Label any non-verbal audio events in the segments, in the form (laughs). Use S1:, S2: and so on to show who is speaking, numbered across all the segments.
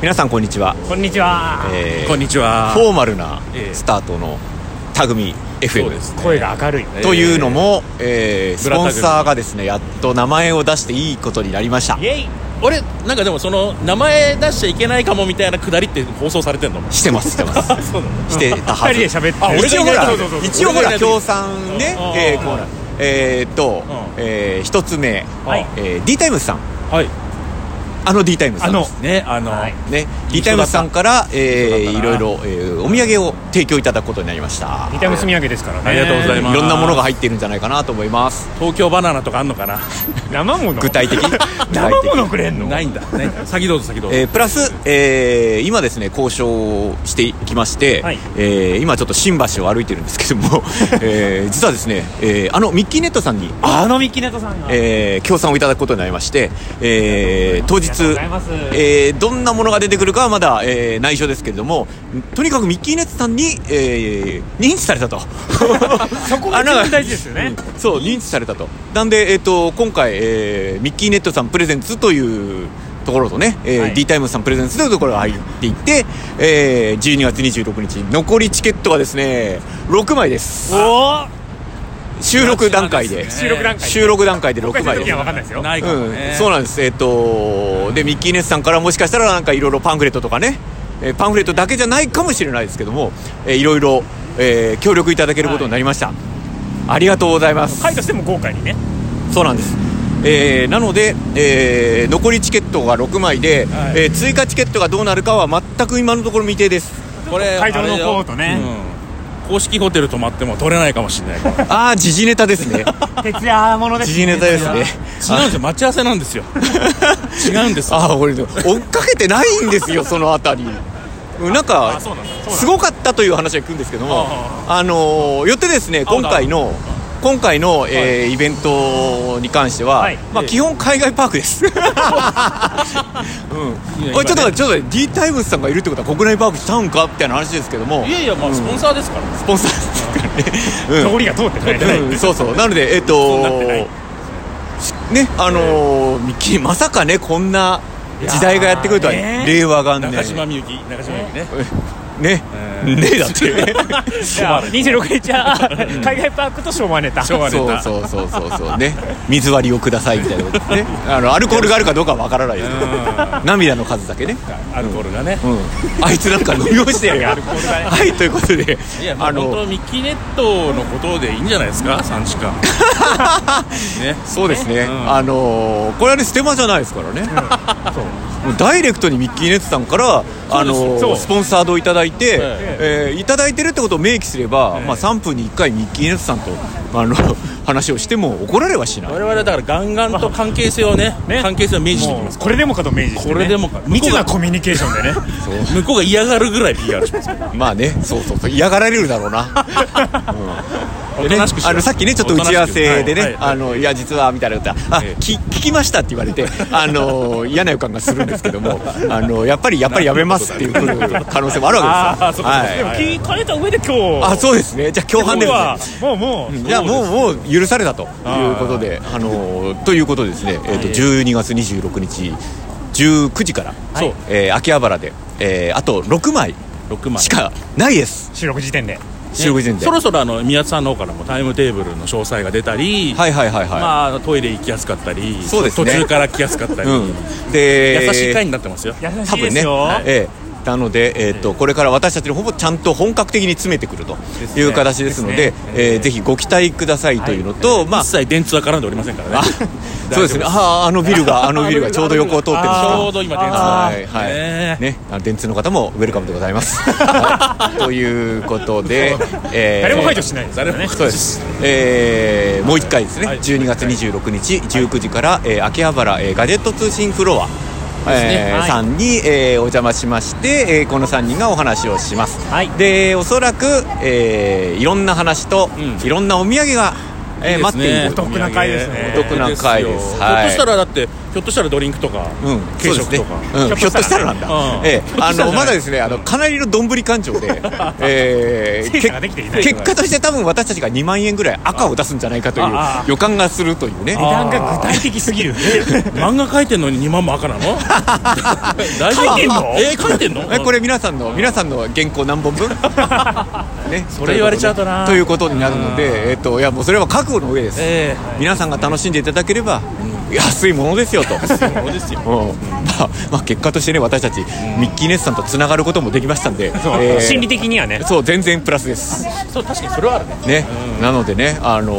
S1: 皆さんこんにちは、
S2: こんにちは、
S1: えー
S3: こんにちは。
S1: フォーマルな
S3: ええ
S1: スタートのタグミ FM、
S3: そうですね。
S2: 声が明るい、
S3: え
S1: というのも、えース
S3: ブラタ
S1: ポ
S3: グ
S1: ン
S3: ミ
S1: サーがですねやっと名前を出していいことになりました
S2: イエイ
S3: 俺なんかでもその名前出しちゃいけないかもみたいなくだりって放送されてんの。
S1: してますして
S3: (laughs)
S1: ます
S3: そうなの。
S1: してたはず
S2: 二人で喋って
S3: あ俺が
S1: 一応ほ
S3: いない
S1: ら
S3: そうそうそうそう
S1: 一応ほ
S3: 俺が
S1: ら
S3: いない
S1: 協賛ね
S3: うん
S1: えー
S3: うん
S1: コーナーえーっと、
S3: う
S1: えー一つ目、
S2: はい
S1: えー、D タイムズさん
S3: はい。
S1: あの D タイムズさんです
S3: ねあの
S2: はい
S1: ね、
S3: いい
S1: D
S3: 人
S1: タイム
S3: だった
S1: ズさんから、え
S3: いい人だ
S1: ー、
S3: ったない
S1: ろいろ、えーお土産を提供いただくことになりました
S2: 見た目すみ上げですからね
S3: ありがとうござい
S1: い
S3: ます
S1: ろんなものが入ってるんじゃないかなと思います
S3: 東京バナナとかあんのかな。
S2: 生もの
S1: 具体的
S2: (laughs)
S1: 具体
S2: 生も
S1: 的
S2: のくれんの
S3: ないんだ。ないんだ先どうぞ先どうぞ。
S1: えープラス、えー今ですね交渉をしてきまして、
S2: はい
S1: えー今ちょっと新橋を歩いてるんですけど
S2: (laughs)
S1: も、えー実はですね、えーあのミッキーネットさんに、
S2: あのミキネトさんが、
S1: えー協賛をいただくことになりまして、えー当日
S2: ありがとうございます、
S1: えーどんなものが出てくるかはまだ、えー内緒ですけれどもとにかくミッキーネットさんに、えー認知されたと
S2: (laughs) そこが一番大事ですよね
S1: うんそう認知されたとなんで、えー、と今回、えーミッキーネットさんプレゼンツというところとね、えー
S2: はい
S1: D タイムズさんプレゼンツというところが入っていて、えー12月26日残りチケットがですね6枚です
S2: おお
S1: 収録段階で
S3: そうです
S2: 収
S3: ね
S2: 録段階
S1: 収録段階で
S2: 公
S1: 6
S2: 開した
S1: 枚で
S2: 時
S1: す
S2: は分かんないですよ
S3: ないかも
S1: う
S3: ね。
S1: ん、そうなんです、えっとでミッキーネスさんからもしかしたらなんかいろいろパンフレットとかね、えーパンフレットだけじゃないかもしれないですけども、えーいろいろ、えー協力いただけることになりました、ありがとうございます、
S2: 回としても豪華にね
S1: そうなんです、えーなので、えー残りチケットが6枚で、
S3: はい
S1: えー追加チケットがどうなるかは全く今のところ未定です
S3: これ
S2: タイトルのコートね
S3: あれだようん公式ホテル泊まっても取れないかもしれな
S1: (laughs)
S3: いから。
S1: ああ時事ネタです
S3: (laughs)
S1: ね
S2: 徹夜もので
S1: 時
S2: す
S1: 事ネタですね
S3: 違うんですよ待ち合わせなんですよ
S1: (laughs)
S3: 違うんですよ
S1: ああ俺追っかけてないんですよそのあたりうんなんか
S2: あそうなんだそうなんだ
S1: すごかったという話は聞くんですけども
S3: あ、
S1: あのーよってですね今回の今回の、えーイベントに関しては、
S2: はい
S1: まあ、
S3: ええ
S1: 基本海外パークです、うん、
S3: いや
S1: これちょっと
S3: 今ね
S1: ちょっと D タイムズさんがいるってことは国内パークしたんかみたいな話ですけども
S3: いやいやまあスポンサーですから
S1: スポンサーですからね、うん
S2: 通りが通ってない
S1: うん、そうそうなのでえっと
S3: なってな
S1: ね
S3: い
S1: あのーミッキーまさかねこんな時代がやってくるとは、
S2: いやーね
S1: 令和元年
S3: 中島みゆき中島みゆきね
S1: ね
S3: えー
S1: ねえだって
S2: じゃあ26日は海外パークと昭和ネタ
S3: 昭和ネ
S1: そう
S3: タ
S1: そうそうそうそうね水割りをくださいみたいなことねあのアルコールがあるかどうかはわからないですけど涙の数だけね
S3: アルコールがね
S1: うんあいつなんか飲み干してるよ
S2: アルコールがね
S1: はいということで
S3: いや、ま
S1: あ
S3: あ、本当
S1: の
S3: ミッキーネットのことでいいんじゃないですか三時間ね
S1: そうですね
S3: ん
S1: あのーこれはねステマじゃないですからね
S2: そう
S1: (laughs) もうダイレクトにミッキーネッツさんからあの
S2: そう
S1: スポンサードをいただいて、
S3: え
S1: えーいただいてるってことを明記すれば、まあ、3分に1回ミッキーネッツさんとあの (laughs) 話をしても怒られはしない
S3: 我々だからガンガンと関係性をね
S2: ね
S3: 関係性を明示していき
S2: も
S3: ま
S2: う
S3: す
S2: これでもかと明示して、ね、
S3: これでもか
S2: 密なコミュニケーションでね
S3: 向こうが嫌がるぐらい PR し
S1: (laughs)
S3: ます
S1: まあねそうそうそう嫌がられるだろう
S3: (laughs)
S1: な
S3: お
S1: でね
S3: となしくしよう
S1: あのさっきねちょっと打ち合わせでね「
S3: はいはい
S1: あのいや実は」みたいなことはあ、
S3: ええ
S1: き聞きました」って言われ
S3: (laughs)
S1: て、あの嫌な予感がするんですけどもあのやっぱりやっぱりやめますっていう可能性もあるわけですよ。
S3: あーそう
S1: は
S3: か
S1: い
S2: でも聞かれた上で今日
S1: あそうですねじゃあ共犯ですね
S2: はもうもう
S1: いやもうもう許されたということで、あのーということでですね、えっと12月26日19時から、
S2: はい
S1: そうえー秋葉原で、えーあと6枚
S3: 6枚
S1: しかないです、
S2: 収録時点で
S1: 収録時点で。
S3: そろそろあの宮田さんの方からもタイムテーブルの詳細が出たり、
S1: はいはいはいはい。
S3: まあトイレ行きやすかったり
S1: そうですね
S3: 途中から来やすかったり、
S1: うん、で
S3: 優しい会になってますよ
S2: 優
S1: 多
S2: しいで
S1: 分
S2: す
S1: ね、
S2: よ、
S1: ええなので、えっとこれから私たちのほぼちゃんと本格的に詰めてくると
S3: です
S1: い
S3: ね
S1: う形ですので
S2: です
S1: ええぜひご期待くださいというのと、まあ
S3: 一切電通は絡んでおりませんからね
S1: あそうですねあああのビルがあのビルがちょうど横を通ってるんですけ
S3: ち
S1: ど
S3: ょうど今電通
S2: あ
S1: はいはい、
S3: ね
S1: ねあの電通の方もウェルカムでございます、はいということで、えー
S2: 誰も排除しないですか
S3: 誰
S2: ら
S3: も
S2: ね
S1: そうです、えーもう一回ですね、12月26日19時から、えー秋葉原、えーガジェット通信フロア、えー
S2: はい
S1: さんに、えーお邪魔しまして、えーこの3人がお話をします、
S2: はい
S1: でおそらく、えーいろんな話と、
S3: うん
S1: いろんなお土産が、えー
S3: いいです
S1: 待
S3: ね
S1: っている
S2: お得な会ですね
S1: お得な会です
S3: よ
S1: はい
S3: ひょっとしたらだってひょっとしたらドリンクとか、
S1: うん、
S3: 軽食とか、
S1: そうですねうん、ひ
S2: ひ
S1: ょっと
S2: ょっと
S1: し
S2: したた
S1: ら
S2: ら
S1: な
S2: ね
S1: んだ、
S3: うん
S1: ええ
S2: ひょっと
S1: あ
S2: したら
S1: の
S2: ね
S1: まだですねあのかなりのどんぶり感情
S2: (laughs)
S1: で、ええ
S2: 成果ができていない
S1: 結果として多分私たちが2万円ぐらい赤を出すんじゃないかという
S2: ああ
S1: 予感がするというね
S2: 値段が具体的す
S3: (laughs)
S2: ぎる
S3: 漫画書いてんのに2万
S2: (laughs)
S3: も赤なの大丈夫
S2: 書いてんの
S3: えー書いてん
S1: (laughs)
S3: の
S1: えこれ皆さんの皆さんの原稿何本分ね
S3: それ言われちゃうとな
S1: ということになるので、えっといやもうそれは覚悟の上です、
S3: え
S1: 皆さんが楽しんでいただければ、安いものですよと。
S3: えそうですよ
S1: うんまあまあ、結果としてね私たちミッキーネスさんとつながることもできましたんで、えー
S2: 心理的にはね
S1: そう全然プラスです、
S3: そう確かにそれはあるね
S1: ねなのでね、あの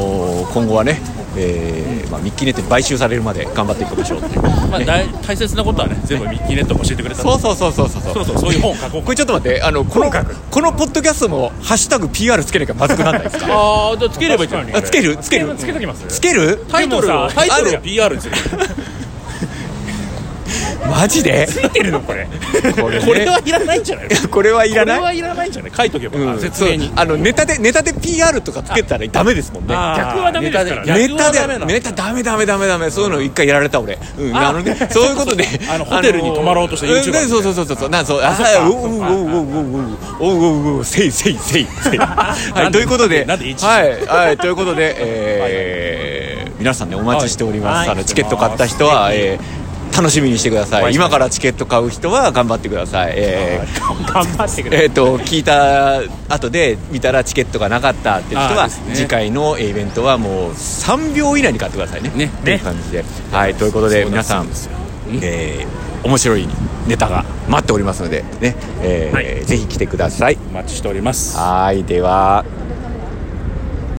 S1: ー今後はね、えーまあ、ミッキーネットに買収されるまで頑張っていきましょうっていう
S3: まあ、大大切なことはね全部ミッキーネットが教えてくれた
S1: そうそうそうそうそう
S3: そうそうそういう本を書こう
S1: これちょっと待ってあのこのこのポッドキャストのハッシュタグ PR つけなきゃまずくなんないですか
S3: ああじゃあ (laughs) つければいいじゃん
S1: あつけるつけ
S2: つ
S1: る
S2: けつけときます
S1: つける
S3: タイトルを
S2: でもさ
S3: タイト
S1: あ
S3: ル
S1: れ
S3: を PR にする
S1: マジで
S2: ついてるのこれ
S1: これ,、
S3: これはいらないんじゃないの
S1: これはいらない
S3: これはいらないんじゃない書いとけば、
S1: うん
S3: 説明に
S1: そうあのネタでネタで PR とかつけたらダメですもんね
S3: あー
S2: 逆はダメですからね
S1: ネ
S3: 逆
S1: タ
S3: はダメな
S1: で
S3: の
S1: ネタダメダメダメダメそういうの一回やられた俺、うん、あのねそういうことで
S3: (laughs) あのホテルに泊まろうとして
S1: うん
S3: YouTuber
S1: そうそうそうそうそうなんそうあさあうううううううううううせいせいせい
S3: (laughs)
S1: せいは
S3: ないんで
S1: ということで
S3: なんで一時
S1: はいはいということでえー皆さんねお待ちしております
S3: はい
S1: あのチケット買った人はえー楽しみにしてください今からチケット買う人は頑張ってくださいえー
S2: 頑張ってくれ
S1: えー、と聞いた後で見たらチケットがなかったっていう人
S3: あー
S1: は、
S3: ですね
S1: 次回のイベントはもう3秒以内に買ってくださいね。
S3: ね
S1: という感じで、はい、ということで皆さん、えー面白いネタが待っておりますので、ねえー
S2: はい
S1: ぜひ来てください。
S3: お待ちしております
S1: はいでは